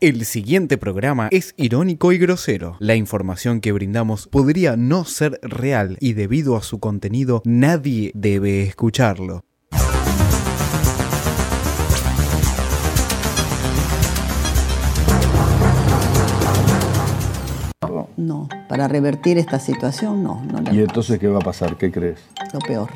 El siguiente programa es irónico y grosero. La información que brindamos podría no ser real y debido a su contenido nadie debe escucharlo. No, para revertir esta situación no, no la- ¿Y entonces qué va a pasar? ¿Qué crees? lo peor.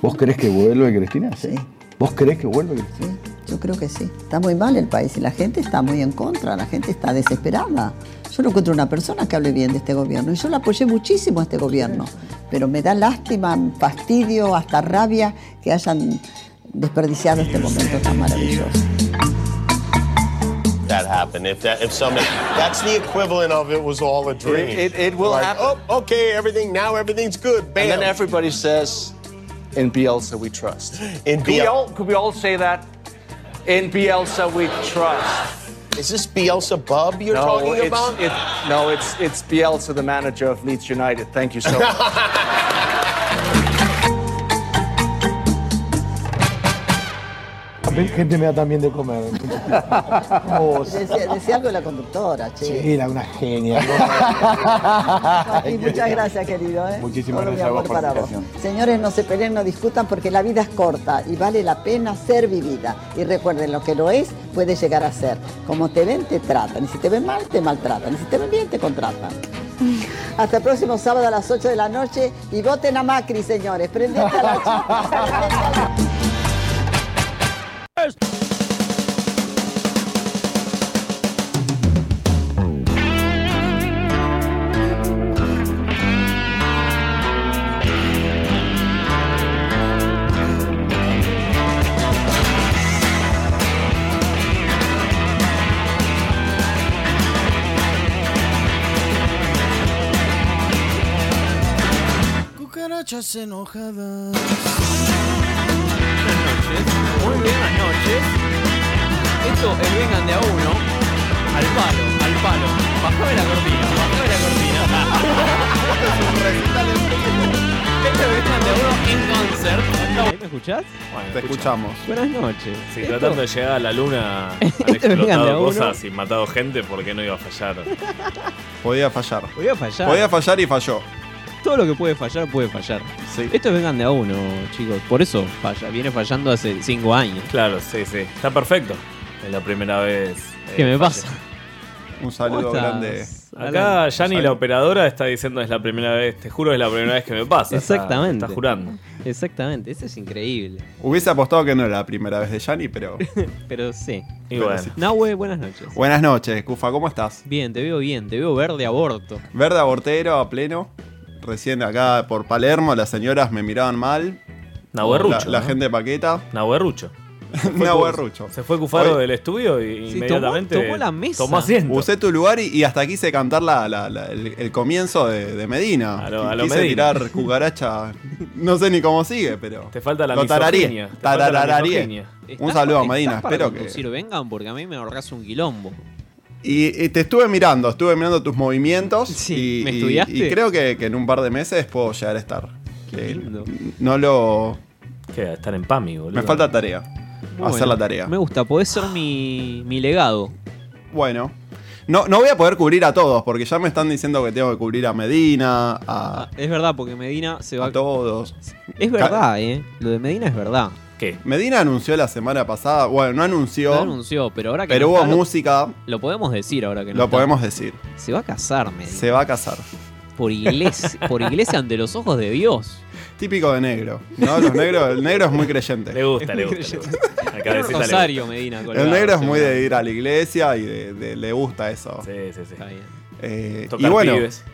¿Vos crees que vuelve Cristina? Sí. ¿Vos crees que vuelve Cristina? Sí, yo creo que sí. Está muy mal el país y la gente está muy en contra, la gente está desesperada. Yo no encuentro una persona que hable bien de este gobierno y yo la apoyé muchísimo a este gobierno, pero me da lástima, fastidio, hasta rabia que hayan desperdiciado este momento tan maravilloso. that happened. If that, if somebody, that's the equivalent of it was all a dream. It- it- it will Like, happen. Oh, okay, everything now, everything's good. Bam. And then everybody says, in Bielsa we trust. In Could we, Biel- all, could we all say that? In Bielsa we trust. is this Bielsa Bub you're talking it's, about? it- no, it's, it's Bielsa, the manager of Leeds United. Thank you so much. Ven, Gente me da también de comer. Oh, sí, Decía, decía algo de la conductora, che. era una genia. Y muchas gracias, querido. ¿eh? Muchísimas Todo mi gracias a vos amor por la para vos. invitación. Señores, no se peleen, no discutan porque la vida es corta y vale la pena ser vivida. Y recuerden, lo que no es, puede llegar a ser. Como te ven, te tratan. Y si te ven mal, te maltratan. Y si te ven bien, te contratan. Hasta el próximo sábado a las 8 de la noche y voten a Macri, señores. Prendete a la chica. Cucarachas enojadas. Muy buenas noches. Esto es Vengan de a uno. Al palo, al palo. Bajó de la cortina, bajó de la cortina. Esto Este es Vengan de a uno en concert. ¿Me escuchás? Te escuchamos. Buenas noches. Si tratando de llegar a la luna han Vengan de a explotado uno. cosas y matado gente, ¿por qué no iba a fallar? Podía fallar. Voy a fallar. Podía fallar y falló. Todo lo que puede fallar, puede fallar. Sí. Esto es Vengan de a uno, chicos. Por eso falla. Viene fallando hace cinco años. Claro, sí, sí. Está perfecto. Es la primera vez. eh, ¿Qué me falla. pasa? Un ¿Cómo saludo estás, grande. Acá Alan? Yanni, la operadora, está diciendo es la primera vez, te juro es la primera vez que me pasa. Está- Exactamente. Está jurando. Exactamente. Eso es increíble. Hubiese apostado que no era la primera vez de Yanni, pero. Pero sí. Y bueno, Nahue, buenas noches. Buenas noches, Cufa, ¿cómo estás? Bien, te veo bien, te veo verde aborto. Verde abortero a pleno. Recién acá por Palermo, las señoras me miraban mal. La, Nahuerrucho. la ¿no? gente paqueta. Nahuerrucho. Una guerrucho. Se fue Cufaro Hoy- del estudio y Sí, inmediatamente. tomó- tomó la mesa. Tomó asiento. Usé tu lugar y, y hasta quise cantar la- la- la- el, el comienzo de, de Medina. A lo- a lo quise Medina. tirar cucaracha. No sé ni cómo sigue, pero. Te falta la Lo tarareé, misoginia. Te falta la tararareé. misoginia. Un ¿Estás- saludo a estás Medina, para espero conducir que. vengan porque a mí me ahorras un quilombo. Y, y te estuve mirando, estuve mirando tus movimientos. Sí, y, ¿me y- estudiaste? y creo que, que en un par de meses puedo llegar a estar. Qué Que lindo. No lo. ¿Qué? Estar en PAMI, boludo. Me falta tarea. Muy hacer bueno, la tarea. Me gusta, podés ser mi, mi legado. Bueno. No, no voy a poder cubrir a todos, porque ya me están diciendo que tengo que cubrir a Medina, a, Ah, es verdad, porque Medina se va. a todos. Es verdad, eh. Lo de Medina es verdad. ¿Qué? Medina anunció la semana pasada, bueno, no anunció, Lo anunció, pero ahora que pero no hubo está, lo- música, Lo podemos decir ahora que no lo está. podemos decir. Se va a casar, Medina. Se va a casar. Por iglesia, por iglesia ante los ojos de Dios. Típico de negro, ¿no? Los negros, el negro es muy Le creyente. gusta, le gusta. le gusta. La cabecita Tiene le un gusta. Rosario, Medina. El colgado, negro es muy seguro. de ir a la iglesia y de- de- le gusta eso. Sí, sí, sí. Está bien. Eh, y Tocar bueno, pibes.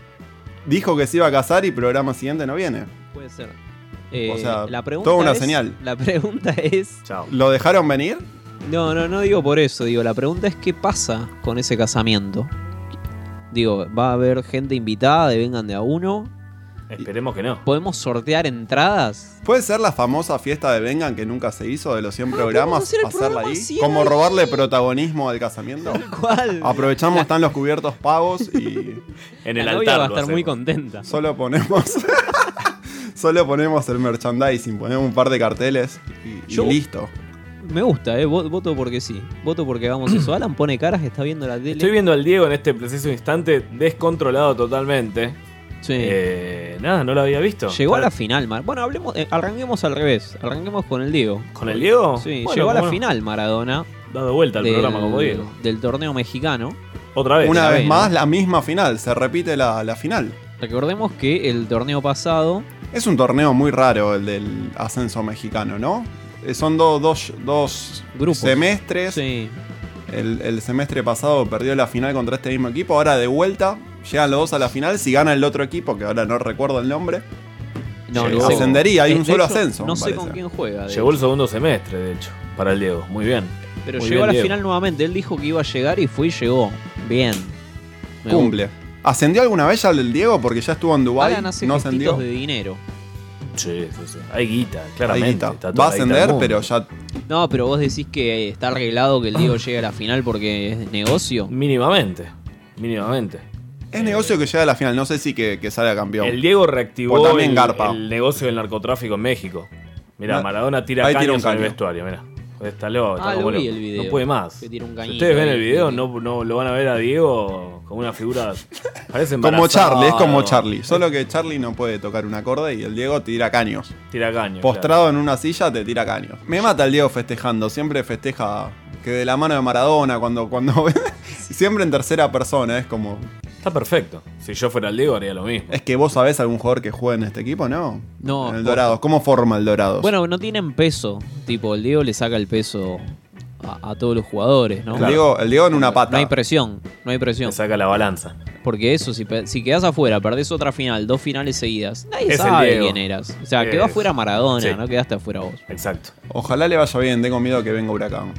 dijo que se iba a casar y programa siguiente no viene. Puede ser. Eh, sea, la pregunta toda una es- señal. La pregunta es. Chao. ¿Lo dejaron venir? No, no, no digo por eso, digo, la pregunta es qué pasa con ese casamiento. Digo, va a haber gente invitada de vengan de a uno. Esperemos que no. ¿Podemos sortear entradas? ¿Puede ser la famosa fiesta de Vengan que nunca se hizo de los 100 Ah, podemos programas? hacer el Hacerla programa ahí. 100 Como ahí. robarle protagonismo al casamiento. ¿Cuál? Aprovechamos, están los cubiertos pagos y Ah, En la novia el altar. va a lo estar muy hacemos. contenta. solo ponemos. solo ponemos el merchandising, ponemos un par de carteles y, y Yo- listo. me gusta, eh. vo- Voto porque sí. Voto porque hagamos eso. Alan pone caras, está viendo la tele. Estoy viendo al Diego en este preciso instante descontrolado totalmente. Sí. Eh, nada, no lo había visto. Llegó a la Está- final, Mar. Bueno, hablemos, eh, arranquemos al revés. Arranquemos con el Diego. ¿Con el Diego? Sí, Bueno, llegó a la bueno, final Maradona Dando vuelta al del- programa como Diego. del torneo mexicano. Otra vez. Una Una vez vez, más, ¿no? la misma final. Se repite la, la final. Recordemos que el torneo pasado Es un torneo muy raro el del ascenso mexicano, ¿no? Eh, Son do- dos, dos Grupos. semestres. Sí. El, el semestre pasado perdió la final contra este mismo equipo. Ahora de vuelta llegan los dos a la final. Si gana el otro equipo, que ahora no recuerdo el nombre, no, Llegó. no sé- ascendería. Hay de- un de solo hecho, ascenso. No me sé parece. con quién juega. de Llegó el segundo semestre, de hecho, para el Diego. Muy bien. Pero Muy llegó bien, a la Diego. final nuevamente. Él dijo que iba a llegar y fue y llegó. Bien. Me Cumple. ¿Ascendió alguna vez al del Diego? Porque ya estuvo en gusta. Dubái. Alan hace No gestitos ascendió. de dinero. Sí, sí, sí. Hay guita, Ahí claramente. está. Está toda Va a la guita ascender, del mundo. pero ya No, pero vos decís que está arreglado que el Diego llegue a la final porque es negocio. Mínimamente. Mínimamente. es negocio que llega a la final. No sé si que, que salga campeón. El Diego O reactivó Pues también el, garpa. el negocio del narcotráfico en México. Mirá, Ma- Maradona tira ahí caños tira un en caño. el vestuario, mirá. Está loco, está Ah, lo como vi loco. el video. No puede más. Que tira un si cañito ustedes ven ahí, el video, sí. no, no lo van a ver a Diego como una figura. Parece Como embarazado. Charlie, es como Charlie. Solo que Charlie no puede tocar un acorde y el Diego tira caños. Tira caños. Postrado en una silla te tira caños. Me mata el Diego festejando, siempre festeja que de la mano de Maradona cuando cuando siempre en tercera persona, es como claro. Está perfecto. Si yo fuera el Diego, haría lo mismo. es que vos sabés algún jugador que juega en este equipo, ¿no? No, En el vos- Dorado, ¿cómo forma el Dorado? Bueno, no tienen peso. Tipo, el Diego le saca el peso a, a todos los jugadores, ¿no? el, Diego, el Diego en una pata. No hay presión, no hay presión. Me saca la balanza. Porque eso, si, pe- si quedás afuera, perdés otra final, dos finales seguidas, nadie Es el sabe Diego. quién eras. O sea, Es- quedó afuera Maradona, sí. no quedaste afuera vos. Exacto. Ojalá le vaya bien, tengo miedo que venga Huracán.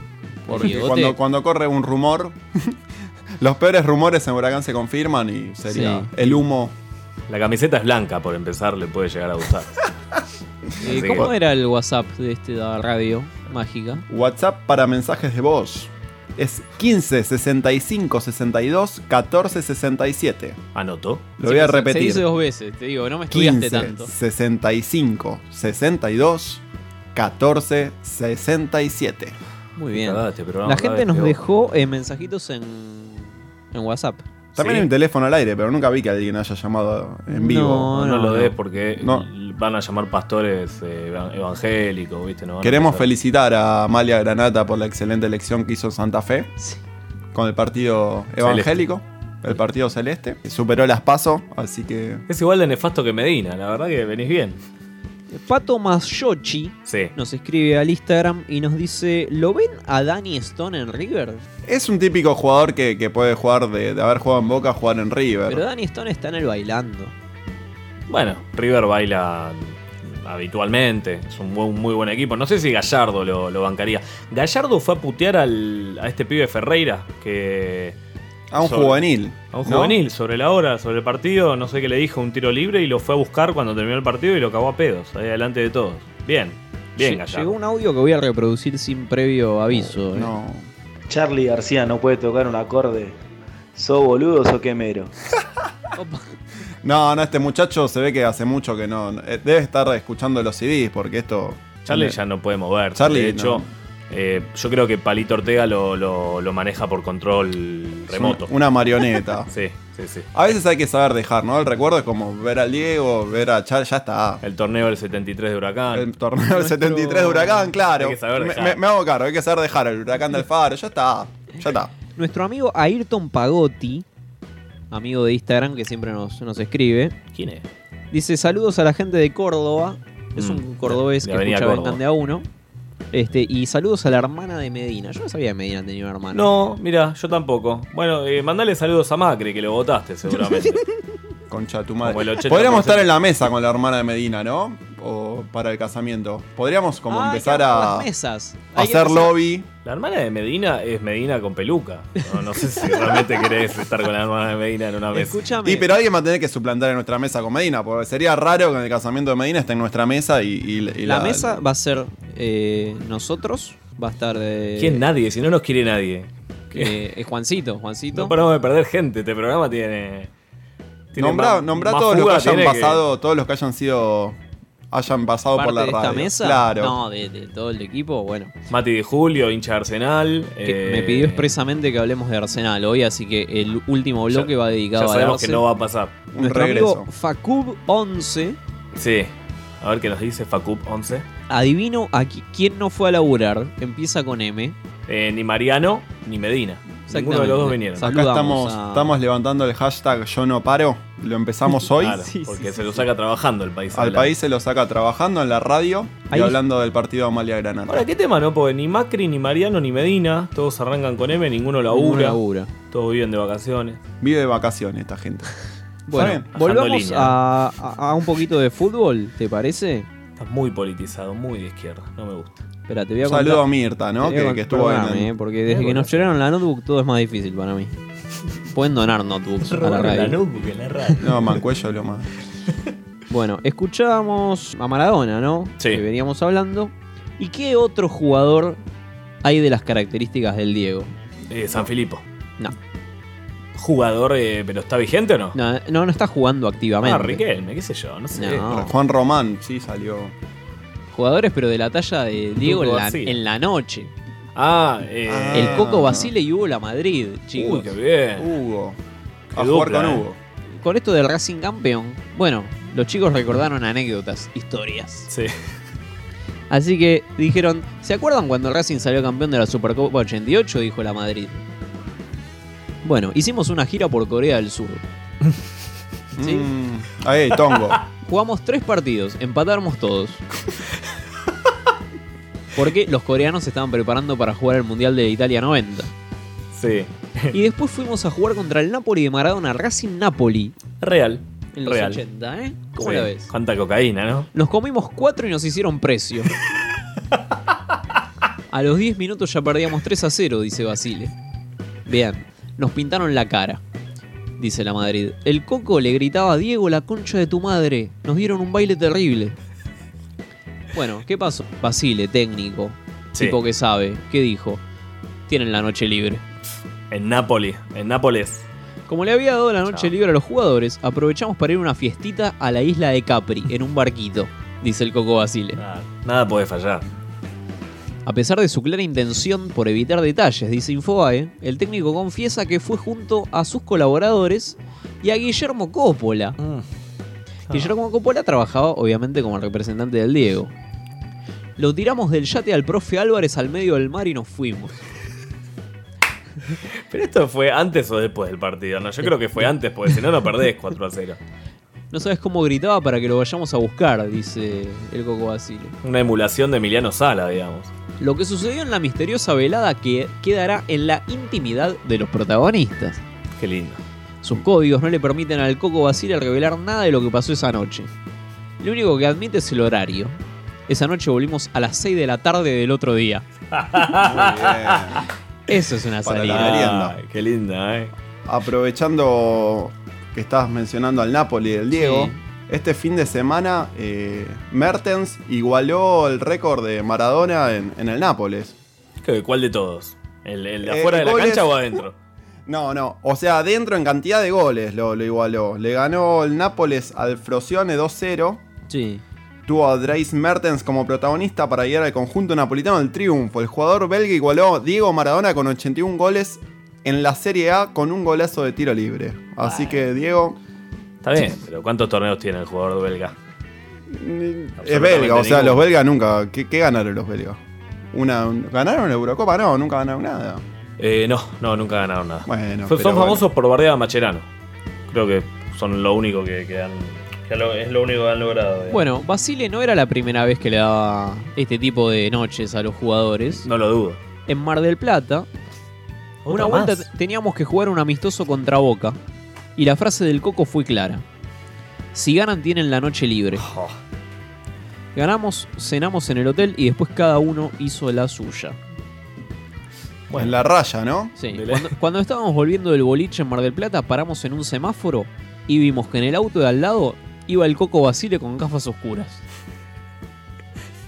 Porque Diegote. cuando, cuando corre un rumor, los peores rumores en Huracán se confirman y sería Sí. el humo. La camiseta es blanca, por empezar, le puede llegar a gustar. Eh, Así que- ¿Cómo era el WhatsApp de esta radio mágica? WhatsApp para mensajes de voz. Es 15 65 62 14 67. Anotó. Lo voy a Se- Se repetir. dice dos veces, te digo, no me estudiaste 15 tanto. 65 62 14 67. Muy bien. Cagaste, pero La vamos, gente vez, nos Diego. dejó eh, mensajitos en, en WhatsApp. También Sí. hay un teléfono al aire, pero nunca vi que alguien haya llamado en vivo. No, No, no, lo no. des porque No. van a llamar pastores eh, evan- evangélicos, ¿viste? No van a Queremos pensar. felicitar a Amalia Granata por la excelente elección que hizo en Santa Fe Sí. con el partido evangélico, el partido celeste. Superó las pasos, así que Es igual de nefasto que Medina, la verdad que venís bien. Pato Mayochi Sí. nos escribe al Instagram y nos dice: ¿Lo ven a Danny Stone en River? Es un típico jugador que, que puede jugar de, de haber jugado en Boca, jugar en River. Pero Danny Stone está en el bailando. Bueno, River baila habitualmente, es un buen- muy buen equipo. No sé si Gallardo lo, lo bancaría. Gallardo fue a putear al, a este pibe Ferreira, que A un Sobre- juvenil. a un ¿no? juvenil, sobre la hora, sobre el partido, no sé qué le dijo, un tiro libre y lo fue a buscar cuando terminó el partido y lo cagó a pedos, ahí delante de todos. Bien, bien, Lle- Gallardo. Llegó un audio que voy a reproducir sin previo aviso. eh. No. Charlie García no puede tocar un acorde. ¿So boludos o quemero? Opa. no, no, este muchacho se ve que hace mucho que no. no- eh, Debe estar escuchando los CDs porque esto. Charlie ya no puede mover. Charlie, de hecho, no. eh, yo creo que Palito Ortega lo, lo- lo maneja por control es remoto. un- Una marioneta. Sí, sí, sí. A veces hay que saber dejar, ¿no? El recuerdo es como ver al Diego, ver a Char, ya está. El torneo del 73 de Huracán. El torneo del 73 de Huracán, claro. Hay que saber Me- dejar. me, me hago caro, hay que saber dejar el Huracán del Faro, ya está. Ya está. Nuestro amigo Ayrton Pagotti, amigo de Instagram que siempre nos, nos escribe, ¿Quién es? dice: Saludos a la gente de Córdoba. Es Mm, un cordobés de que Avenida escucha Córdoba. Vengan de a uno. Este, y saludos a la hermana de Medina. Yo no sabía que Medina tenía una hermana. Ah, No, mira, yo tampoco. Bueno, eh, mandale saludos a Macri, que lo votaste seguramente. Concha de tu madre. Como el 80%. Podríamos estar en la mesa con la hermana de Medina, ¿no? O para el casamiento. Podríamos como Ah, hay que empezar armar a las mesas. Hay que hacer empezar- lobby. la hermana de Medina es Medina con peluca. No, no sé si realmente querés estar con la hermana de Medina en una mesa. Escúchame. Y pero alguien va a tener que suplantar en nuestra mesa con Medina, porque sería raro que en el casamiento de Medina esté en nuestra mesa y, y- y la, mesa va a ser eh, nosotros. Va a estar. eh, ¿Quién nadie? Si no nos quiere nadie. eh, eh, Juancito. Juancito. No paramos de perder gente. Este programa tiene. tiene Nombrá, más- nombrá más todos los que fuga hayan tiene que- pasado, todos los que hayan sido hayan pasado parte por la de radio. esta mesa? Claro. No, de, de todo el equipo, bueno. Mati Di Julio, hincha de Arsenal. Que eh, me pidió expresamente que hablemos de Arsenal hoy, así que el último Ya- bloque va Ya dedicado a sabemos que Arsenal. no va a pasar. Un Nuestro regreso. amigo Facub11, Sí. A ver qué nos dice Facup 11. adivino a qui- quién no fue a laburar, empieza con M. Eh, ni Mariano ni Medina. Ninguno de los dos Exactamente. vinieron. Sac- Acá Saludamos estamos, a- estamos levantando el hashtag Yo no paro. Lo empezamos hoy. Claro, Ah, Sí, sí, porque sí, se lo sí. saca trabajando el país. Al adelante. país se lo saca trabajando en la radio Ahí- y hablando del partido de Amalia Granata. Ahora, ¿qué tema, no? Porque ni Macri, ni Mariano, ni Medina, todos arrancan con M, Ninguno ninguno labura, labura. todos viven de vacaciones. Vive de vacaciones esta gente. Bueno, bien. volvamos Bajando a, a- a un poquito de fútbol, ¿te parece? Está muy politizado, muy de izquierda, no me gusta. Espera, te voy a Un contar. saludo a Mirta, ¿no? te voy a Que, cont- que estuvo en. perdóname, eh, el- porque desde que nos lloraron la notebook todo es más difícil para mí. Pueden donar notebooks a la radio. No, Mancuello lo más. Bueno, escuchábamos a Maradona, ¿no? Sí. Que veníamos hablando. ¿Y qué otro jugador hay de las características del Diego? Eh, San Filipo. No. Jugador, eh, pero ¿está vigente o no? No, no, no está jugando activamente. Ah, Riquelme, qué sé yo, no sé. No. Juan Román, sí, salió. Jugadores, pero de la talla de Diego en Tuco la, Basile. en la noche. Ah, eh, El Ah. Coco Basile y Hugo La Madrid, chicos. Uy, qué bien. Hugo. Qué A jugar dupla, con eh. Hugo. Con esto del Racing Campeón, bueno, los chicos recordaron anécdotas, historias. Sí. Así que dijeron, ¿se acuerdan cuando el Racing salió campeón de la Supercopa 88? Dijo la Madrid. Bueno, hicimos una gira por Corea del Sur. Sí. Mm. Ahí, Tongo. Jugamos tres partidos, empatamos todos. Porque los coreanos se estaban preparando para jugar el Mundial de Italia 90. Sí. Y después fuimos a jugar contra el Napoli de Maradona, Racing Napoli, Real. en los Real. 80, ¿eh? ¿Cómo Sí. la ves? Cuánta cocaína, ¿no? Nos comimos cuatro y nos hicieron precio. A los 10 minutos ya perdíamos 3 a 0, dice Basile. Vean, nos pintaron la cara, dice la Madrid. El coco le gritaba a Diego la concha de tu madre. Nos dieron un baile terrible. Bueno, ¿qué pasó? Basile, técnico, Sí. tipo que sabe, ¿qué dijo? Tienen la noche libre. En Nápoles. En Nápoles. Como le había dado la noche Chao. libre a los jugadores, aprovechamos para ir a una fiestita a la isla de Capri, en un barquito, dice el coco Basile. Nada, nada puede fallar. A pesar de su clara intención por evitar detalles, dice Infobae, el técnico confiesa que fue junto a sus colaboradores y a Guillermo Coppola. Guillermo Coppola trabajaba obviamente como el representante del Diego. Lo tiramos del yate al profe Álvarez al medio del mar y nos fuimos. Pero esto fue antes o después del partido, ¿no? Yo creo que fue antes, porque si no, no perdés 4 a 0. No sabes cómo gritaba para que lo vayamos a buscar, dice el Coco Basile. Una emulación de Emiliano Sala, digamos. Lo que sucedió en la misteriosa velada que quedará en la intimidad de los protagonistas. Qué lindo. Sus códigos no le permiten al Coco Basile revelar nada de lo que pasó esa noche. Lo único que admite es el horario. Esa noche volvimos a las 6 de la tarde del otro día. Muy bien. Eso es una Para la salida. merienda. Ay, qué linda, ¿eh? Aprovechando que estabas mencionando al Napoli del Diego, Sí. este fin de semana eh, Mertens igualó el récord de Maradona en, en el Nápoles. ¿Qué- ¿Cuál de todos? ¿El, el de Eh, afuera de la goles. cancha o adentro? No, no, o sea, adentro en cantidad de goles lo, lo igualó. Le ganó el Nápoles al Frosione 2-0. Sí. Tuvo a Dries Mertens como protagonista para guiar al conjunto napolitano al triunfo. El jugador belga igualó a Diego Maradona con 81 goles en la Serie A con un golazo de tiro libre. Así que Diego Está bien, pero ¿cuántos torneos tiene el jugador belga? es belga, o sea, ninguno. los belgas nunca. ¿Qué, qué ganaron los belgas? Una, un- ¿Ganaron la Eurocopa? No, nunca ganaron nada. Eh, no, no, nunca ganaron nada. Bueno, Fue- pero son bueno. famosos por bardear a Macherano. Creo que son lo único que, que han. que lo- es lo único que han logrado. eh. Bueno, Basile no era la primera vez que le daba este tipo de noches a los jugadores. No lo dudo. En Mar del Plata, una ¿Otra vuelta más? te- teníamos que jugar un amistoso contra Boca. Y la frase del Coco fue clara. Si ganan tienen la noche libre. Oh, Ganamos, cenamos en el hotel y después cada uno hizo la suya. En la raya, ¿no? Sí. De la- Cuando, cuando estábamos volviendo del boliche en Mar del Plata, paramos en un semáforo y vimos que en el auto de al lado iba el Coco Basile con gafas oscuras.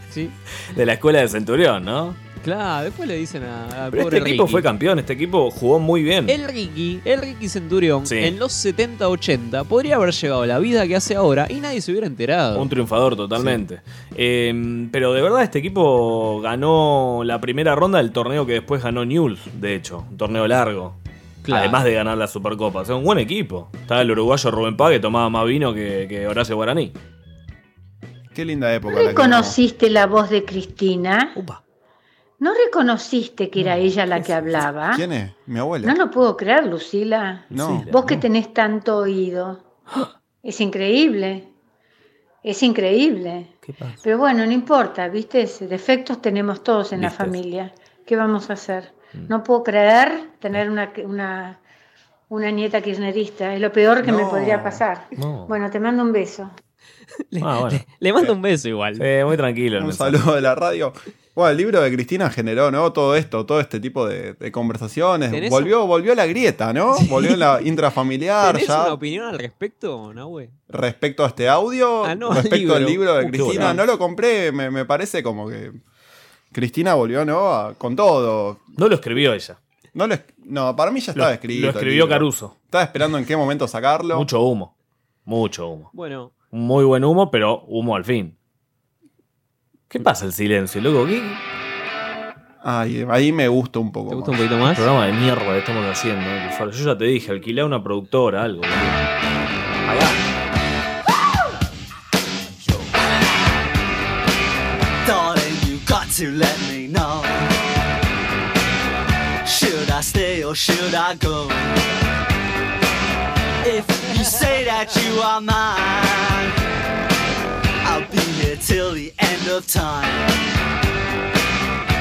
¿Sí? de la escuela de Centurión, ¿no? Claro, después le dicen a, al Pero pobre este equipo Ricky. fue campeón, este equipo jugó muy bien. El Ricky, el Ricky Centurión, Sí. en los 70-80 podría haber llevado la vida que hace ahora y nadie se hubiera enterado. Un triunfador totalmente. Eh, pero de verdad este equipo ganó la primera ronda del torneo que después ganó Newell's, de hecho, un torneo largo. Claro. Además de ganar la Supercopa. O sea, un buen equipo. Estaba el uruguayo Rubén Pá que tomaba más vino que, que Horacio Guaraní. Qué linda época. la que ¿Reconociste la voz de Cristina? ¿No reconociste que era ella la que hablaba? vivimos. ¿Quién es? Mi abuela. ¿Ah? No lo puedo creer, Lucila. No. Vos que tenés tanto oído. Es increíble. Es increíble. Pero bueno, no importa, ¿viste? Ese Defectos tenemos todos en la ¿Viste? familia. ¿Qué vamos a hacer? No puedo creer tener una, una, una nieta kirchnerista. Es lo peor que me No. podría pasar. No. Bueno, te mando un beso. Ah, bueno. Le mando un beso igual. Eh, muy tranquilo. el Un mensaje. saludo de la radio. Bueno, el libro de Cristina generó, ¿no? Todo esto, todo este tipo de, de ¿Tenés conversaciones. un- Volvió, volvió la grieta, ¿no? Volvió la intrafamiliar ¿Tenés una ya. opinión al respecto, Nahue? Respecto a este audio, Ah, no, al respecto al libro. libro de Uh, qué Cristina, bueno. no lo compré, me, me parece como que Cristina volvió, ¿no? A- con todo. No lo escribió ella. No, lo es- no, para mí ya Lo, estaba escrito. lo el escribió libro. Caruso. Estaba esperando en qué momento sacarlo. Mucho humo. Mucho humo. Bueno, Muy buen humo, pero humo al fin. ¿Qué pasa el silencio, loco? ¿Qué Ay, ahí me gusta un poco. ¿te gusta un más. poquito más? programa de mierda que estamos haciendo? eh, que fal- Yo ya te dije, alquilá una productora, algo. boludo. Hagá. Darling, you got to let me know. Should I stay or should I go? If you say that you are mine, I'll be here till the end of time.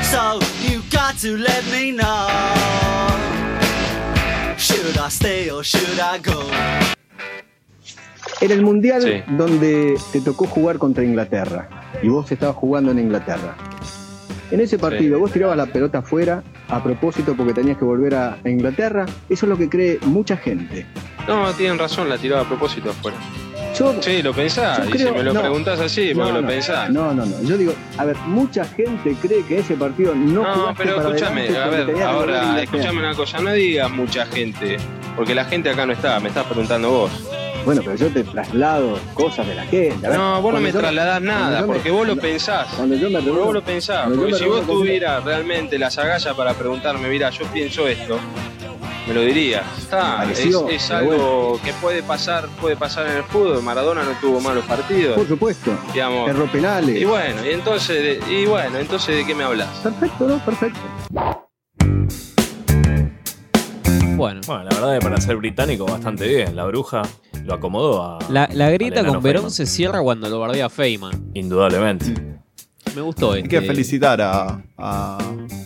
So you got to let me know. Should I stay or should I go? Era el mundial Sí. donde te tocó jugar contra Inglaterra y vos estabas jugando en Inglaterra. En ese partido vos tirabas la pelota afuera a propósito porque tenías que volver a a Inglaterra. Eso es lo que cree mucha gente. No, tienen razón, la tiraba a propósito afuera. Yo, Sí, lo pensás, yo y si creo- me lo no. preguntás así, porque No, lo no, pensás. No, no, no. Yo digo, a ver, mucha gente cree que ese partido no No, jugaste pero para escúchame, adelante a porque ver, tenías que volver a ahora, Inglaterra. escúchame una cosa, no digas mucha gente, porque la gente acá no está, me estás preguntando vos. Bueno, pero yo te traslado cosas de la gente. a ver, No, vos no cuando me yo- trasladás cuando nada, yo me- porque vos lo cuando- pensás. Cuando yo me Porque reúno- vos lo pensás, cuando yo porque me si reúno vos con- tuvieras realmente las agallas para preguntarme, mira, yo pienso esto, me lo dirías. Está, es, Pareció, es pero algo que puede pasar, puede pasar en el fútbol. Maradona no tuvo malos partidos, Por supuesto. digamos. Erró penales. Y bueno, y entonces, de- y bueno, entonces ¿de qué me hablas? Perfecto, ¿no? Perfecto. Bueno, Bueno, la verdad es que para ser británico bastante bien. La bruja lo acomodó a. la, la grieta al enano con Verón Feynman. se cierra cuando lo bardea Feynman. Indudablemente. Mm. Me gustó este. Hay que felicitar a, a-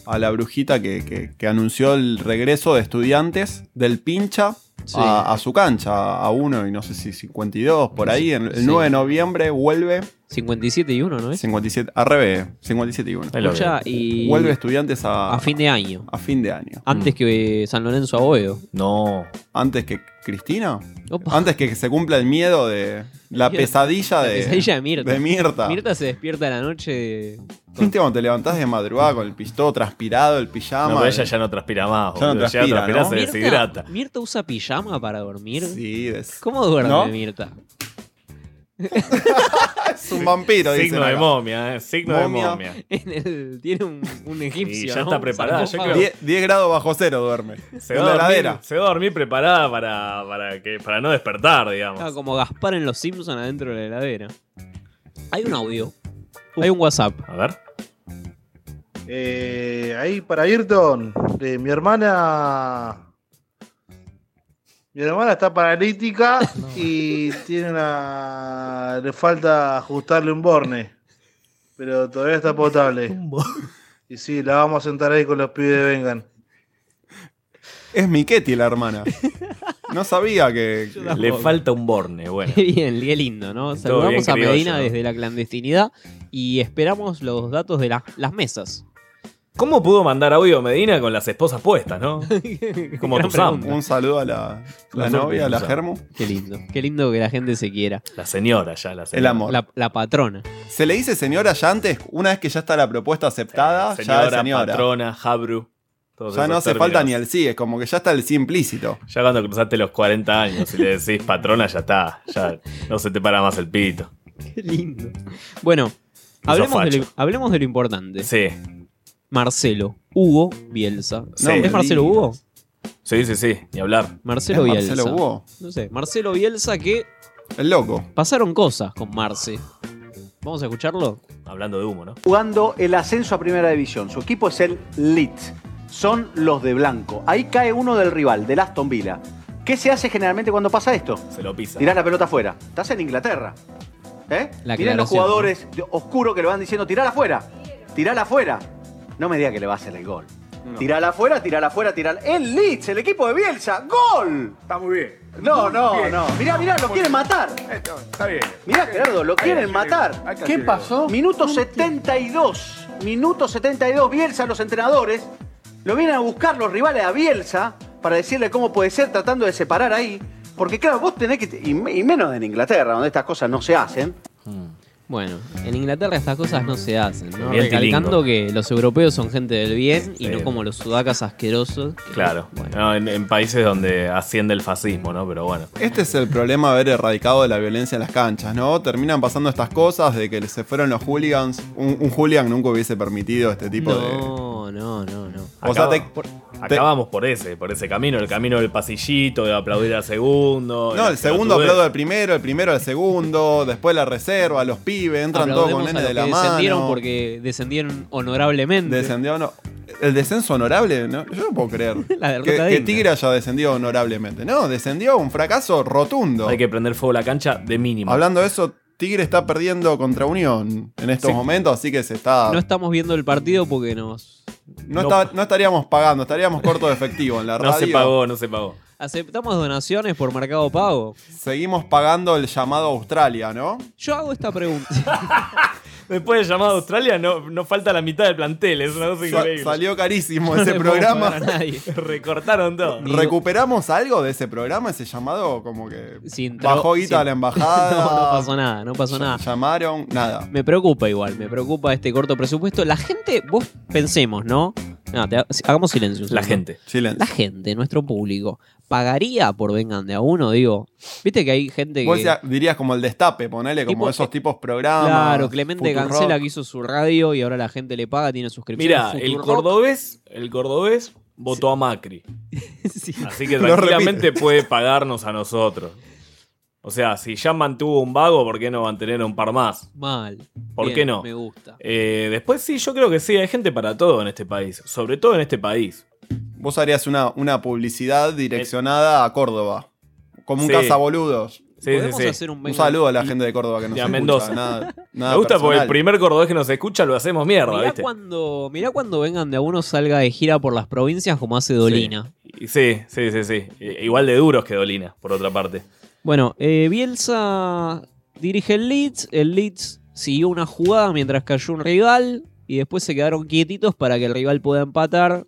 a la brujita que, que- que anunció el regreso de estudiantes del pincha Sí. a, a su cancha, a uno y no sé si 52, por ahí. El, el Sí. 9 de noviembre vuelve 57 y 1, ¿no es? 57, al revés, 57 y 1. Ahí lo Escucha, veo. y Vuelve estudiantes a, a fin Ah. de año. a fin de año. Mm. Antes que San Lorenzo a Boedo. No. Antes que Cristina, Opa, antes que se cumpla el miedo de la Mierda. pesadilla la Ah, de, pesadilla de Mirta. de Mirta. Mirta se despierta a la noche. ¿Viste cuando te levantás de madrugada con el pistó transpirado, el pijama? No, pero ella el- ya no transpira más. Ya no boludo. transpira, ya transpira, ¿no? se deshidrata. Mirta, Mirta usa pijama para dormir. Sí, es, ¿Cómo duerme ¿No? Mirta? es un vampiro, dicen Signo de acá. momia, eh. Signo de Momia. momia. En el- tiene un, un egipcio. ya ¿no? está preparada, yo Sarcófago. creo. 10, 10 grados bajo cero duerme. Se en va, la a dormir, heladera. se va a dormir preparada para, para, que, para no despertar, digamos. Estaba como Gaspar en Los Simpsons adentro de la heladera. Hay un audio. Hay un WhatsApp. A ver. Eh, ahí para Ayrton, eh, mi hermana. Mi hermana está paralítica y tiene una. Le falta ajustarle un borne. Pero todavía está potable. Y sí, la vamos a sentar ahí con los pibes de Vengan. Es Miquetti la hermana. No sabía que. que- Le falta un borne, bueno. Qué bien, qué lindo, ¿no? bien Saludamos a criollo, Medina ¿no? desde la clandestinidad y esperamos los datos de la- las mesas. ¿Cómo pudo mandar audio Medina con las esposas puestas, no? Como Gran tu Sam. pregunta. Un saludo a la- la novia, a la Germu. Qué lindo. Qué lindo que la gente se quiera. La señora ya, la El amor. La, la patrona. ¿Se le dice señora ya antes? Una vez que ya está la propuesta aceptada, Ah, ya es Señora, señora. patrona, jabru. todos ya esos no hace términos. falta ni el sí, es como que ya está el sí implícito. Ya cuando cruzaste los 40 años y le decís patrona, ya está. Ya no se te para más el pito. Qué lindo. Bueno, hablemos de, lo, hablemos de lo importante. Sí. Marcelo, Hugo Bielsa. Sí. ¿Es Marcelo Hugo? Sí, sí, sí, ni hablar. Marcelo ¿Es Bielsa. Marcelo Hugo? No sé, Marcelo Bielsa que. El loco. Pasaron cosas con Marce. ¿Vamos a escucharlo? Hablando de humo, ¿no? jugando el ascenso a primera división. Su equipo es el Leeds. Son los de blanco. Ahí cae uno del rival, del Aston Villa. ¿Qué se hace generalmente cuando pasa esto? Se lo pisa. Tirás la pelota afuera. Estás en Inglaterra. ¿Eh? La Mirá aclaración, los jugadores de- oscuros que le van diciendo, tirala afuera. Tirala afuera. No me diga que le va a hacer el gol. Tirala afuera, tirala afuera, tirala. El Leeds, el equipo de Bielsa. ¡Gol! Está muy bien. No, no, Bien. no. Mirá, mirá, lo quieren matar. Está bien. Mirá, Gerardo, lo Ahí quieren la matar. llevo. ¿Qué pasó? Minuto 72. Minuto 72. Bielsa, los entrenadores. Lo vienen a buscar los rivales a Bielsa para decirle cómo puede ser, tratando de separar ahí. Porque, claro, vos tenés que. Y, me- y menos en Inglaterra, donde estas cosas no se hacen. Bueno, en Inglaterra estas cosas no se hacen, ¿no? Bien Recalcando tilingo. que los europeos son gente del bien y Sí. no como los sudacas asquerosos. que- Claro. Ah, No, en, en países donde asciende el fascismo, ¿no? Pero bueno. Este es el problema de haber erradicado la violencia en las canchas, ¿no? Terminan pasando estas cosas de que se fueron los hooligans. Un, un hooligan nunca hubiese permitido este tipo de. No, no, no, no. O sea, Acaba- te- por- te- acabamos por ese, por ese camino, el camino del pasillito, de aplaudir al segundo. de No, la el segundo pelotudez. aplaudo al primero, el primero al segundo, después la reserva, los pibes, entran todos con Aplaudemos nene a los de la que mano. descendieron porque descendieron honorablemente. Descendió no. El descenso honorable, ¿no? Yo no puedo creer. La que, derrota que digna. Tigre haya descendido honorablemente. No, descendió un fracaso rotundo. Hay que prender fuego a la cancha de mínimo. Hablando de eso, Tigre está perdiendo contra Unión en estos Sí. momentos, así que se está. No No, estamos viendo el partido porque nos está- no estaríamos pagando, estaríamos cortos de efectivo en la radio. No se pagó, no se pagó. aceptamos donaciones por mercado pago. Seguimos pagando el llamado a Australia, ¿no? Yo hago esta pregunta. Después de llamado a Australia, no, no falta la mitad del plantel. Es una cosa Sa- increíble. salió carísimo No Pues ese le podemos programa. pagar a nadie. Recortaron todo. ¿Recuperamos algo de ese programa? Ese llamado como que Sin tra- bajó guita sin- a la embajada. No, no pasó nada, no pasó nada. Llamaron, nada. Me preocupa igual, me preocupa este corto presupuesto. La gente, vos pensemos, ¿no? No, te ha- hagamos silencio. un La segundo. gente. La gente, nuestro público, ¿pagaría por vengan de a uno? Digo, viste que hay gente que. Vos decías- dirías como el destape, ponele como Tipo- eh, esos tipos programas. Claro, Clemente Futurock. Cancela que hizo su radio y ahora la gente le paga, tiene suscripción. Mira, el Futurock. cordobés, el cordobés votó a Macri. Así que Lo tranquilamente puede pagarnos a nosotros. O sea, si ya mantuvo un vago, ¿por qué no mantener un par más? Mal. ¿Por Bien, qué no? Me gusta. Eh, después sí, yo creo que sí, hay gente para todo en este país. Sobre todo en este país. Vos harías una, una publicidad direccionada a Córdoba. Como un Eh, Sí. cazaboludos. Sí, ¿Podemos sí, sí. hacer un un, venga- saludo a la gente de Córdoba que nos y a escucha, Mendoza. Nada, Me gusta porque el primero primer cordobés que nos escucha lo hacemos mierda, Mirá ¿viste? cuando, mirá cuando vengan de a uno salga de gira por las provincias como hace Dolina. Y Sí, sí, sí, sí. I- Igual de duros que Dolina, por otra parte. Bueno, eh, Bielsa dirige el Leeds. El Leeds siguió una jugada mientras cayó un rival. Y después se quedaron quietitos para que el rival pueda empatar.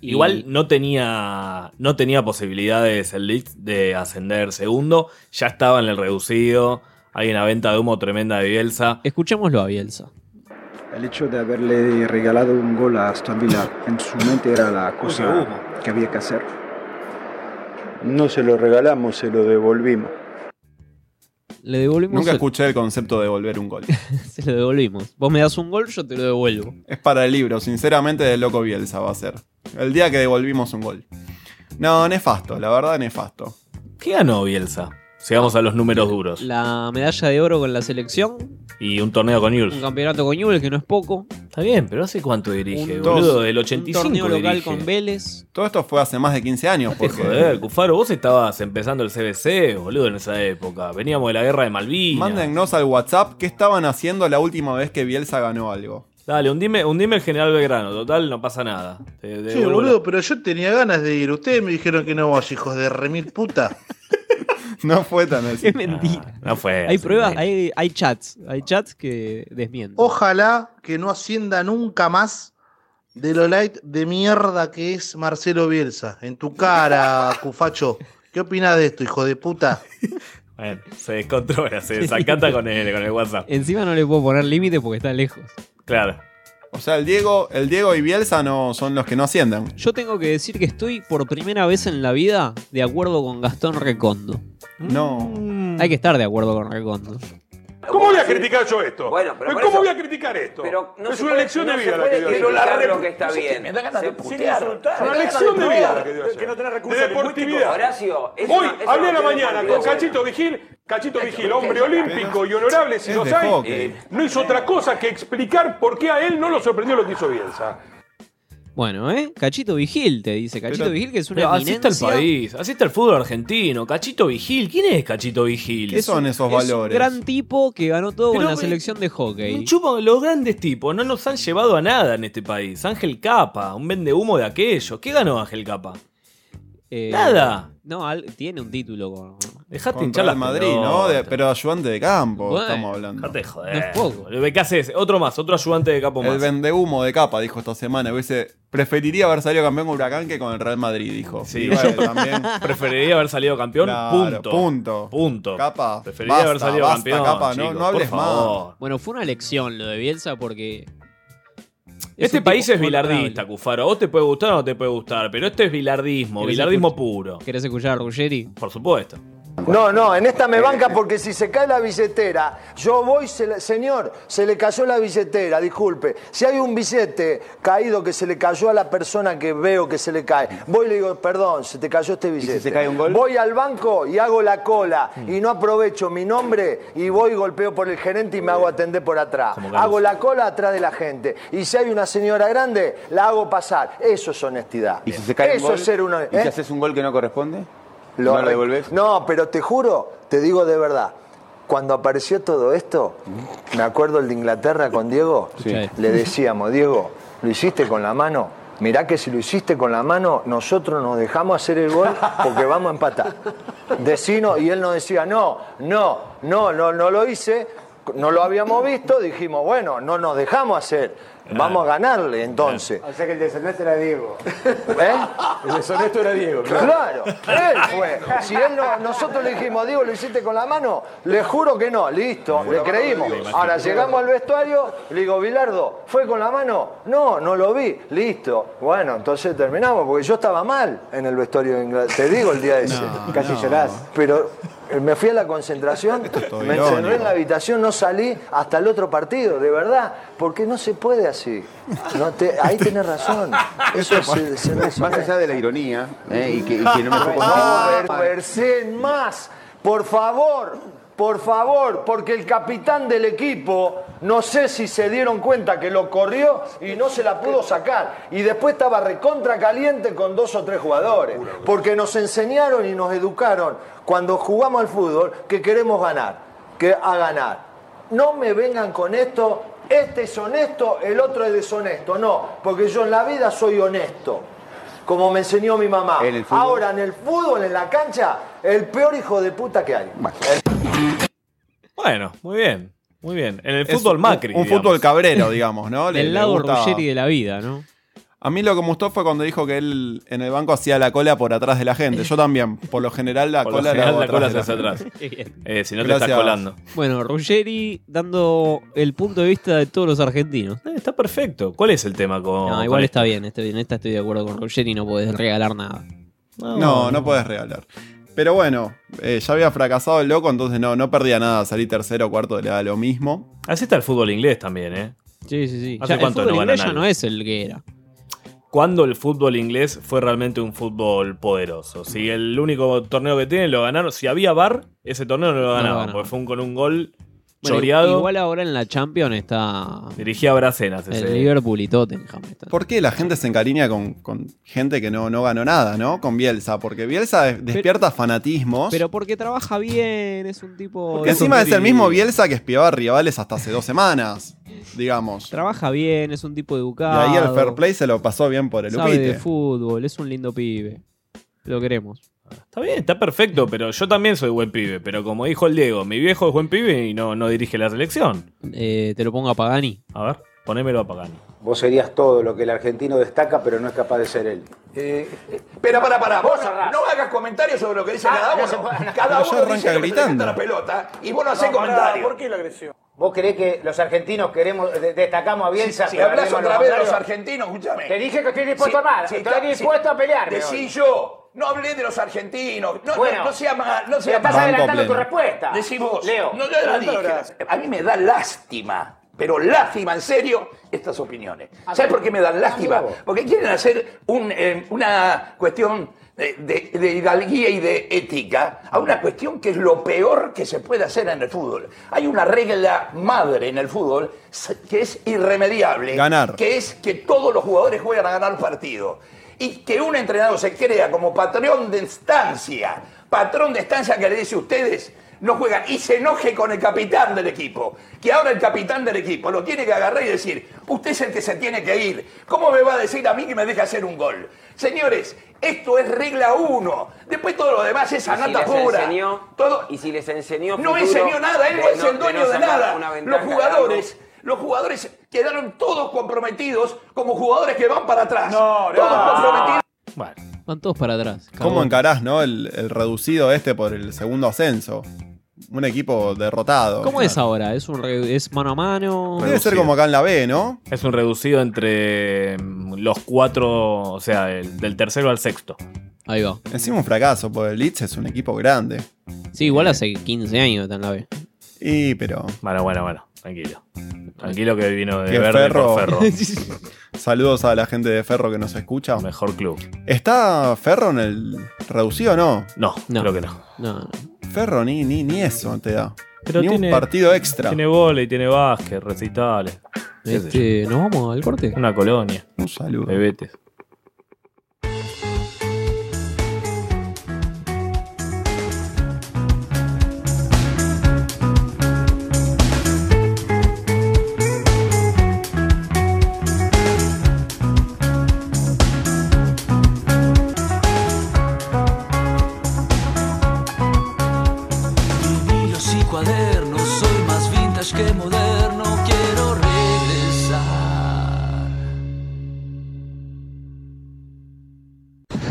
Y- Igual no tenía, no tenía posibilidades el Leeds de ascender segundo. Ya estaba en el reducido. Hay una venta de humo tremenda de Bielsa. Escuchémoslo a Bielsa. El hecho de haberle regalado un gol a Aston Villa en su mente era la cosa que había que hacer. No se lo regalamos, se lo devolvimos. Le devolvimos Nunca el- escuché el concepto de devolver un gol. se lo devolvimos. Vos me das un gol, yo te lo devuelvo. Es para el libro, sinceramente, de Loco Bielsa va a ser. El día que devolvimos un gol. No, nefasto, la verdad, nefasto. ¿Qué ganó Bielsa? Llegamos a los números duros. La medalla de oro con la selección. Y un torneo con Un Jules. campeonato con Newell que no es poco. Está bien, pero hace cuánto dirige, Un- boludo. dos. del Un 85 torneo local dirige. con Vélez. Todo esto fue hace más de 15 años. Dejate Porque joder, Cufaro, vos estabas empezando el CBC, boludo, en esa época. Veníamos de la guerra de Malvinas. Mándennos al WhatsApp qué estaban haciendo la última vez que Bielsa ganó algo. Dale, hundime, hundime el general Belgrano, total, no pasa nada. Te- te Sí, devuelvo boludo, pero yo tenía ganas de ir. Ustedes me dijeron que no vos, hijos de remil puta. no fue tan así. Es mentira. la- No fue. Hay pruebas, hay, hay chats. Hay chats que desmienten. Ojalá que no ascienda nunca más de lo light de mierda que es Marcelo Bielsa. En tu cara, Cufacho. ¿Qué opinas de esto, hijo de puta? Bueno, se descontrola, se desacata con el, con el WhatsApp. Encima no le puedo poner límite porque está lejos. Claro. O sea, el Diego, el Diego y Bielsa no son los que no ascienden. Yo tengo que decir que estoy por primera vez en la vida de acuerdo con Gastón Recondo. No. Mm. Hay que estar de acuerdo con Recondo. ¿Cómo voy a criticar yo esto? Bueno, pero por ¿Cómo eso- voy a criticar esto? Pero no es se una puede- elección no de se vida la puede que dio. criticar lo que está Sí, bien. me da ganas Se- de sin putear. insultar. Es una Me da elección ganas de de vida putear. la que dio Es ayer. que no tenés recursos De lingüísticos. deportividad. Horacio, eso Hoy no- eso hablé a no la tiene mañana con deportividad. Cachito Vigil. Cachito Vigil, hombre olímpico y honorable si Es los de hay, hockey. no hizo otra cosa que explicar por qué a él no lo sorprendió lo que hizo Bielsa. Bueno, ¿eh? Cachito Vigil te dice. Cachito Vigil que es una Pero así está eminencia. el país, así está el fútbol argentino. Cachito Vigil, ¿quién es Cachito Vigil? Es un- es un gran tipo que ganó todo Pero, con la eh, selección de hockey. Chupa, los grandes tipos no nos han llevado a nada en este país. Ángel Capa, un vende humo de aquello. ¿Qué ganó Ángel Capa? Eh, Nada. No, al- tiene un título. Con... Dejate Contra hinchar el las Madrid, ¿no? De- pero ayudante de campo, Bueno, estamos hablando. Dejate de joder. ¿Qué haces? Otro más, otro ayudante de capo El más. vendehumo de capa dijo esta semana. Hubiese, preferiría haber salido campeón con Huracán que con el Real Madrid, dijo. Sí, Y bueno, yo también. preferiría haber salido campeón. Claro, punto. punto. Punto. Capa, Preferiría basta, haber salido basta, campeón. Capa, no- chicos, no hables por más. favor. Bueno, fue una elección lo de Bielsa porque. es Este un país tipo es bilardista, Cufaro. A vos te puede gustar o no te puede gustar, pero este es bilardismo, ¿Querés bilardismo puro. ¿Querés escuchar a Ruggeri? Por supuesto. No, no, en esta Eh. me banca porque si se cae la billetera, yo voy, se le- señor, se le cayó la billetera, disculpe. Si hay un billete caído que se le cayó a la persona que veo que se le cae, voy y le digo, perdón, se te cayó este billete. se cae un gol? Mm. Voy al banco y hago la cola y no aprovecho mi nombre y voy y golpeo por el gerente y me Eh. hago atender por atrás. Carlos. Hago la cola atrás de la gente. Y si hay una señora grande, la hago pasar. Eso es honestidad. ¿Y si se cae Eso un gol? es ser uno. ¿eh? ¿Y si haces un gol que no corresponde? Lo- ¿No lo devolvés? No, pero te juro, te digo de verdad. Cuando apareció todo esto, me acuerdo el de Inglaterra con Diego, le decíamos, Diego, ¿lo hiciste con la mano? Mirá que si lo hiciste con la mano, nosotros nos dejamos hacer el gol porque vamos a empatar. Decino, y él nos decía, no, no, no, no, no lo hice, no lo habíamos visto, dijimos, bueno, no nos dejamos hacer, vamos a ganarle entonces. O sea que el deshonesto era Diego. ¿Eh? El deshonesto era Diego. Claro, él fue. Si él no- nosotros le dijimos, Diego, ¿lo hiciste con la mano? Le juro que no, listo, le creímos. Ahora llegamos al vestuario, le digo, Bilardo, ¿fue con la mano? No, no lo vi, listo. Bueno, entonces terminamos, porque yo estaba mal en el vestuario de Inglaterra. Te digo el día ese. Casi no. llorás. Pero eh, me fui a la concentración, todo me encerré en irónico. la habitación, no salí hasta el otro partido, de verdad, porque no se puede así. No te- ahí tenés razón. Eso es, es- es- Más allá de la ironía, ¿eh? y, que, y que no me fue no, conversen más, por favor, por favor, porque el capitán del equipo, no sé si se dieron cuenta que lo corrió y no se la pudo sacar. Y después estaba recontra caliente con dos o tres jugadores, porque nos enseñaron y nos educaron cuando jugamos al fútbol que queremos ganar, que a ganar. No me vengan con esto, este es honesto, el otro es deshonesto. No, porque yo en la vida soy honesto como me enseñó mi mamá. En el fútbol. Ahora en el fútbol, en la cancha, el peor hijo de puta que hay. Bueno, muy bien. Muy bien. En el fútbol Macri. Un, digamos. fútbol cabrero, digamos, ¿no? Del lado Ruggeri de la vida, ¿no? A mí lo que me gustó fue cuando dijo que él en el banco hacía la cola por atrás de la gente. Yo también. Por lo general la Por lo cola general, hago la cola atrás se hace de la atrás. gente. Eh, si no te Gracias. estás colando. Eh, Bueno, Ruggeri dando el punto de vista de todos los argentinos. Está perfecto. ¿Cuál es el tema con.? No, con igual está bien, está bien. Esta estoy de acuerdo con Ruggeri, no podés regalar nada. No, no podés regalar. Pero bueno, eh, ya había fracasado el loco, entonces no, no perdía nada. Salí tercero o cuarto, le da lo mismo. Así está el fútbol inglés también, ¿eh? Sí, sí, sí. ¿Hace Ya, cuánto el fútbol no inglés ganan ya algo? no es el que era. cuando el fútbol inglés fue realmente un fútbol poderoso. Si el único torneo que tienen lo ganaron, si había bar, ese torneo no lo ganaban, ganaban. porque fue un- con un gol Bueno, choreado. Igual ahora en la Champions está. Dirigía Bracenas El ese. Liverpool y Tottenham. ¿Por qué la gente se encariña con, con gente que no, no ganó nada, no? Con Bielsa, porque Bielsa des- despierta fanatismos. Pero porque trabaja bien, es un tipo. que encima es el mismo Bielsa que espiaba rivales hasta hace dos semanas, digamos. Trabaja bien, es un tipo Y educado. ahí el fair play se lo pasó bien por el Sabe de upite. fútbol, es un lindo pibe. Lo queremos. Está bien, está perfecto, pero yo también soy buen pibe. Pero como dijo el Diego, mi viejo es buen pibe y no, no dirige la selección. te lo Eh, pongo a Pagani. A ver. Ponémelo a Pagano. Vos serías todo lo que el argentino destaca, pero no es capaz de ser él. Pero para, para, vos no hagas comentarios sobre lo que dice Ah, cada no uno. se puede- Cada Pero ya uno dice arranca lo que te gritando. canta la pelota y vos no hacés No, pará, comentarios. ¿por qué la agresión? ¿Vos creés que los argentinos queremos de- destacamos a Bielsa? Si pero hablas hablemos otra vez de los contrario? argentinos, escúchame. Te dije que estoy dispuesto a armar, estoy dispuesto a pelearme hoy. Decí yo, no hablé de los argentinos. No, Bueno, no, no sea mal, no pero sea estás mal. adelantando tu respuesta. Decí vos. Leo, No, yo la adelanta dije. ahora. A mí me da lástima. Pero lástima, en serio, estas opiniones. ¿Sabes por qué me dan lástima? Porque quieren hacer un, eh, una cuestión de, de- de hidalguía y de ética a una cuestión que es lo peor que se puede hacer en el fútbol. Hay una regla madre en el fútbol que es irremediable. Ganar. Que es que todos los jugadores juegan a ganar partido. Y que un entrenador se crea como patrón de instancia, patrón de instancia que le dice a ustedes, no juegan, y se enoje con el capitán del equipo. Que ahora el capitán del equipo lo tiene que agarrar y decir, usted es el que se tiene que ir. ¿Cómo me va a decir a mí que me deja hacer un gol? Señores, esto es regla uno. Después todo lo demás es y si anata les pura. enseñó, y si les enseñó No futuro, enseñó nada, él no de es el de dueño no de sacar nada. una ventaja Los jugadores, los jugadores quedaron todos comprometidos como jugadores que van para atrás. Todos comprometidos. Van todos para atrás. ¿Cómo encarás, no? El, el reducido este por el segundo ascenso. Un equipo derrotado. ¿Cómo es ahora? ¿Es, un re- ¿Es mano a mano? Debe ser como acá en la B, ¿no? Es un reducido entre mm, los cuatro, o sea, el- del tercero al sexto. Ahí va. Encima un fracaso, porque el Leeds es un equipo grande. Sí, igual hace 15 años está en la B. Y, pero. Bueno, bueno, bueno. Tranquilo. Tranquilo que vino de Que verde por Ferro. ferro. Saludos a la gente de Ferro que nos escucha. Mejor club. ¿Está Ferro en el reducido o no? No, creo que no. Ferro ni, ni, ni eso te da. Pero ni tiene- un partido extra. Tiene vole, tiene básquet, recitales. Este, ¿Nos vamos al corte? Una colonia. Un saludo. Bebetes. Vinilos y cuadernos, soy más vintage que moderno, quiero regresar.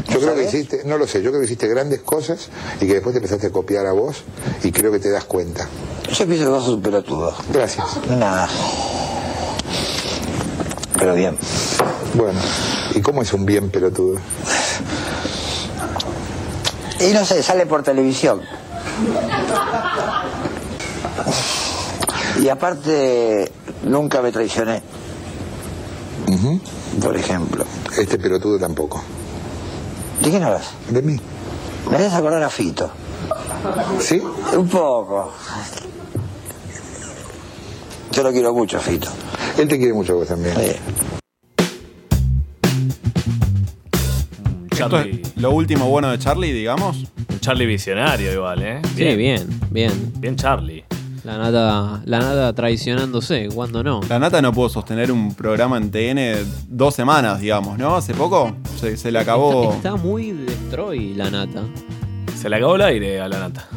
Yo creo que hiciste, no lo sé, yo creo que hiciste grandes cosas y que después te empezaste a copiar a vos y creo que te das cuenta. Yo pienso que vos sos un pelotudo. Gracias. Nada. Pero bien. Bueno, ¿y cómo es un bien pelotudo? Y no sé, sale por televisión. Y aparte, nunca me traicioné. Por ejemplo. Este pelotudo tampoco. ¿De quién hablas? De mí. Me haces acordar a Fito. ¿Sí? Un poco. Yo lo quiero mucho, Fito. Él te quiere mucho a vos también. Esto es lo último bueno de Charlie, digamos. Un Charlie visionario igual, ¿eh? Sí, bien, bien. Bien Charlie. La nata, la nata traicionándose, cuando no. La Nata no pudo sostener un programa en TN dos semanas, digamos, ¿no? Hace poco se, se le acabó. Está, está muy destroy la nata. Se le acabó el aire a la nata.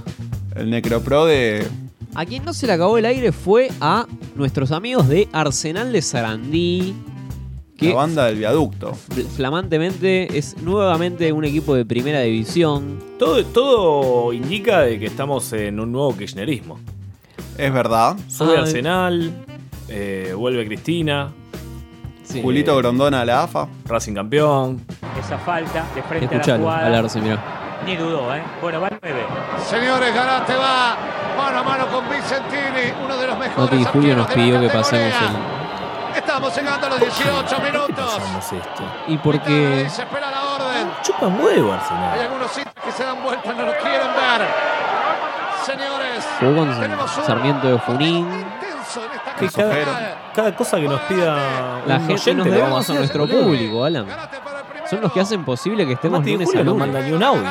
El Necropro de. A quien no se le acabó el aire fue a nuestros amigos de Arsenal de Sarandí. Que La banda del viaducto. fl- Flamantemente es nuevamente un equipo de primera división. Todo, todo indica de que estamos en un nuevo kirchnerismo. Es verdad. Sube Ah, Arsenal, eh, vuelve Cristina. Eh, Julito Grondona a la AFA. Racing campeón. Esa falta de frente Escuchalo, a la jugada. Alarce, mirá. Ni dudó, ¿eh? Bueno, va 9. Señores, Garaste va mano a mano con Vicentini, uno de los Noti y mejores. Julio nos pidió que pasemos Estamos llegando a los 18 minutos. el. Y porque. Se espera la orden. Chupa un huevo Hay Arsenal. algunos sitios que se dan vueltas, no lo quieren ver. Señores, Jugó con tenemos un Sarmiento de Junín. intenso en esta Que carrera. cada, cada cosa que nos pida La un gente nos oyente lo debemos a hacer. nuestro público, Alan. Son los que hacen posible que estemos Mati y lunes Julio a no lunes. mandan ni un audio.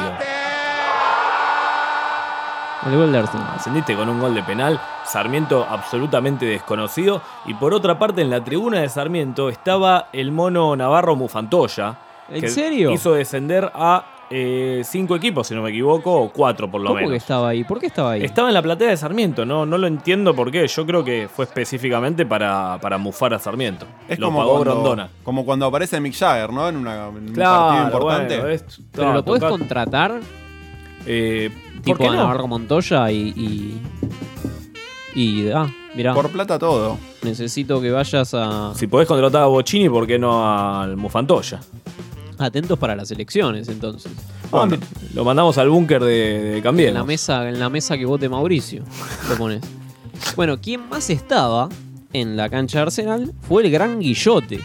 El gol de Arsenal. Ascendiste con un gol de penal, Sarmiento absolutamente desconocido. Y por otra parte, en la tribuna de Sarmiento estaba el mono Navarro Mufantoya. ¿En que serio? Hizo descender a eh, cinco equipos, si no me equivoco, o cuatro por lo ¿Cómo menos. que estaba ahí? ¿Por qué estaba ahí? Estaba en la platea de Sarmiento, no, no lo entiendo por qué. Yo creo que fue específicamente para, para mufar a Sarmiento. Es lo como pagó cuando, Grondona. como cuando aparece Mick Jagger, ¿no? En, una, en un Claro, partido importante. bueno, es- ¿Pero lo podés tocar- contratar? Eh, ¿por tipo qué a no? Navarro Montoya y. y... y, ah, mirá. Por plata todo. Necesito que vayas a. Si podés contratar a Bochini, ¿por qué no al Mufantoya? Atentos para las elecciones, entonces. Bueno, lo mandamos al búnker de, de En la Cambiemos. mesa, en la mesa que vote Mauricio. Lo pones. bueno, quien más estaba en la cancha de Arsenal fue el gran Guillote.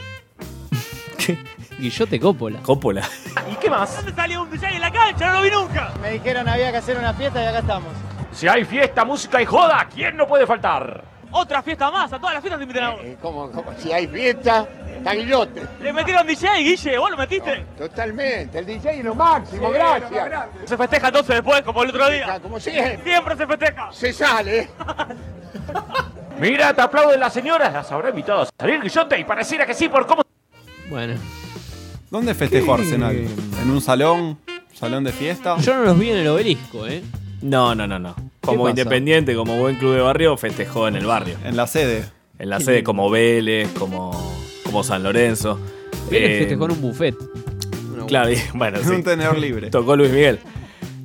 Guillote Coppola. Coppola. ¿Y qué más? ¿Dónde salió un en la cancha? No lo vi nunca. Me dijeron había que hacer una fiesta y acá estamos. Si hay fiesta, música y joda, ¿quién no puede faltar? Otra fiesta más, a todas las fiestas te invitan a vos. Como, eh, si hay fiesta, está Guillote. Le metieron DJ, Guille, vos lo metiste. Totalmente, el DJ es lo máximo, gracias. Se festeja entonces después, como el otro día. Como siempre. Siempre se festeja. Se sale. Mira, te aplauden las señoras, las habrá invitado a salir Guillote y pareciera que sí por cómo. Bueno. ¿Dónde festejó ¿Qué? Arsenal? ¿En un salón? ¿Salón de fiesta? Yo no los vi en el obelisco, ¿eh? No, no, no, no. Como pasa? independiente, como buen club de barrio, festejó en el barrio. En la sede. En la Qué sede, lindo. como Vélez, como, como San Lorenzo. Vélez Eh, festejó en un buffet. Claro, y- bueno, En sí. un tenedor libre. Tocó Luis Miguel.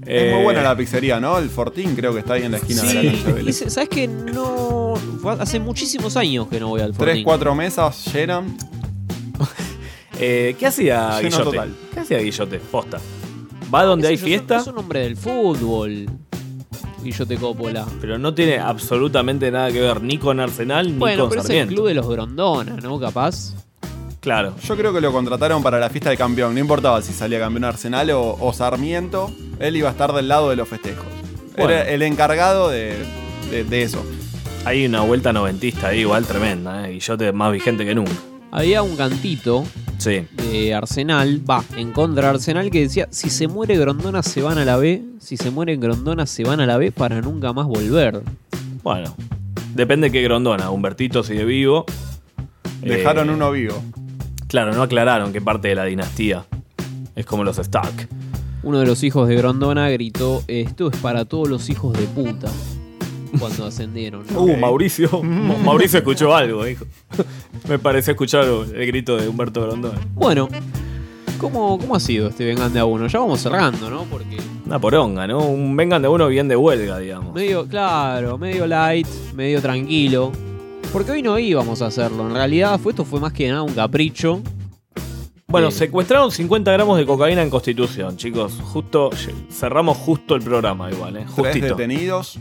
Es Eh, muy buena la pizzería, ¿no? El Fortín creo que está ahí en la esquina de la cancha de Y Vélez. se- ¿Sabes que no.? fue hace muchísimos años que no voy al Tres, Fortín. cuatro mesas llenan. eh, ¿Qué hacía Lleno Guillote? total. ¿Qué hacía Guillote? Posta. Va donde hay Es un- fiesta. Es un hombre del fútbol. Guillote Coppola. Pero no tiene absolutamente nada que ver ni con Arsenal ni Bueno, con pero es el Sarmiento. club de los Grondona, ¿no? Capaz. Claro. Yo creo que lo contrataron para la fiesta de campeón. No importaba si salía campeón Arsenal o, o Sarmiento. Él iba a estar del lado de los festejos. Bueno. Era el encargado de, de- de eso. Hay una vuelta noventista ahí igual tremenda, ¿eh? Guillote más vigente que nunca. Había un cantito Sí. de Arsenal, va, en contra de Arsenal, que decía: si se muere Grondona se van a la B, si se muere Grondona se van a la B para nunca más volver. Bueno, depende qué grondona. Humbertito sigue vivo. Dejaron Eh, uno vivo. Claro, no aclararon qué parte de la dinastía. Es como los Stark. Uno de los hijos de Grondona gritó: Esto es para todos los hijos de puta. Cuando ascendieron. Uh, Mauricio. Ma- Mauricio escuchó algo, dijo. Me pareció escuchar el grito de Humberto Grondona. Bueno, ¿cómo, cómo ha sido este Vengan de a uno? Ya vamos cerrando, ¿no? Porque Una poronga, ¿no? Un vengan de uno bien de huelga, digamos. medio, claro, medio light, medio tranquilo. Porque hoy no íbamos a hacerlo. En realidad, fue, esto fue más que nada un capricho. Bueno, Eh, secuestraron 50 gramos de cocaína en Constitución, chicos. Justo, cerramos justo el programa igual, ¿eh? Tres Justito. detenidos.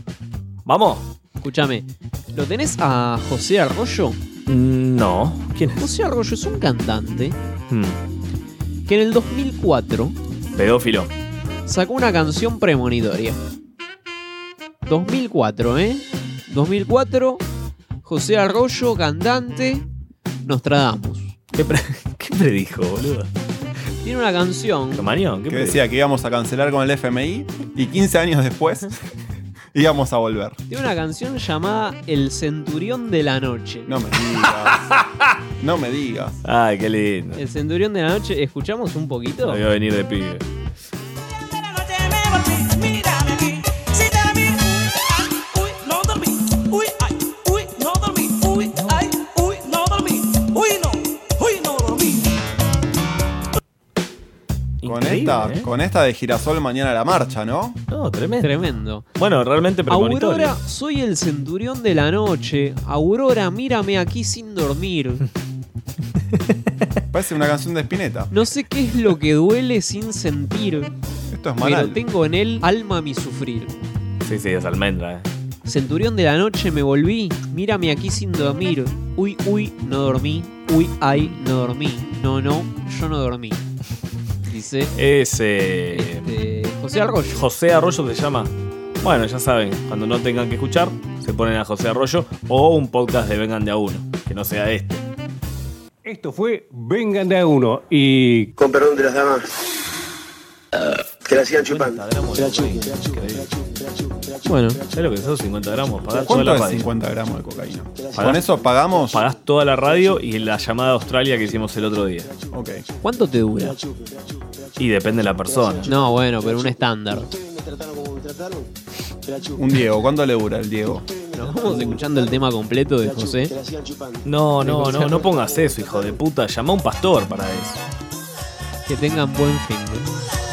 ¿Vamos? Escúchame, ¿lo tenés a José Arroyo? Mm, No. ¿Quién es? José Arroyo es un cantante Hmm, que en el 2004 Pedófilo. sacó una canción premonitoria. 2004, ¿eh? 2004, José Arroyo, cantante, Nostradamus. ¿Qué, pre- qué predijo, boludo? Tiene una canción. ¿Cromañón? ¿Qué Que predijo? decía que íbamos a cancelar con el FMI. Y 15 años después íbamos a volver. Tiene una canción llamada El Centurión de la Noche. No me digas. no me digas. Ay, qué lindo. El Centurión de la Noche, ¿escuchamos un Lo poquito? voy a venir de pibe. Mírame aquí, si te vi, uy, ay, uy, no dormí, uy, ay, uy, no dormí, uy, ay, uy, no dormí, uy, no, uy, no dormí. Con esta, Increíble, ¿eh? con esta de girasol mañana a la marcha, ¿no? No, tremendo. Tremendo. Bueno, realmente premonitorio. Aurora, soy el centurión de la noche. Aurora, mírame aquí sin dormir. Parece una canción de Spinetta. No sé qué es lo que duele sin sentir. Esto es Pero Manal. tengo en él alma mi sufrir. Sí, sí, es almendra, eh. Centurión de la noche me volví. Mírame aquí sin dormir. Uy, uy, no dormí. Uy, ay, no dormí. No, no, yo no dormí. Dice este, Es. eh, José Arroyo. José Arroyo se llama. Bueno, ya saben, cuando no tengan que escuchar, se ponen a José Arroyo o un podcast de Vengan de a uno, que no sea este. Esto fue Vengan de a uno y. Con perdón de las damas. Que la sigan chupando. Bueno. ¿Sabes lo que son 50 gramos? Pagás toda ¿Cuánto la es radio. 50 gramos de cocaína? Con eso pagamos. Pagás toda la radio y la llamada a Australia que hicimos el otro día. Ok. ¿Cuánto te dura? Y depende de la persona. No, bueno, pero un estándar. Un Diego, ¿cuánto le dura el Diego? ¿Nos vamos escuchando el tema completo de José? No, no, no, no pongas eso, hijo de puta. Llama a un pastor para eso. Que tengan buen fin.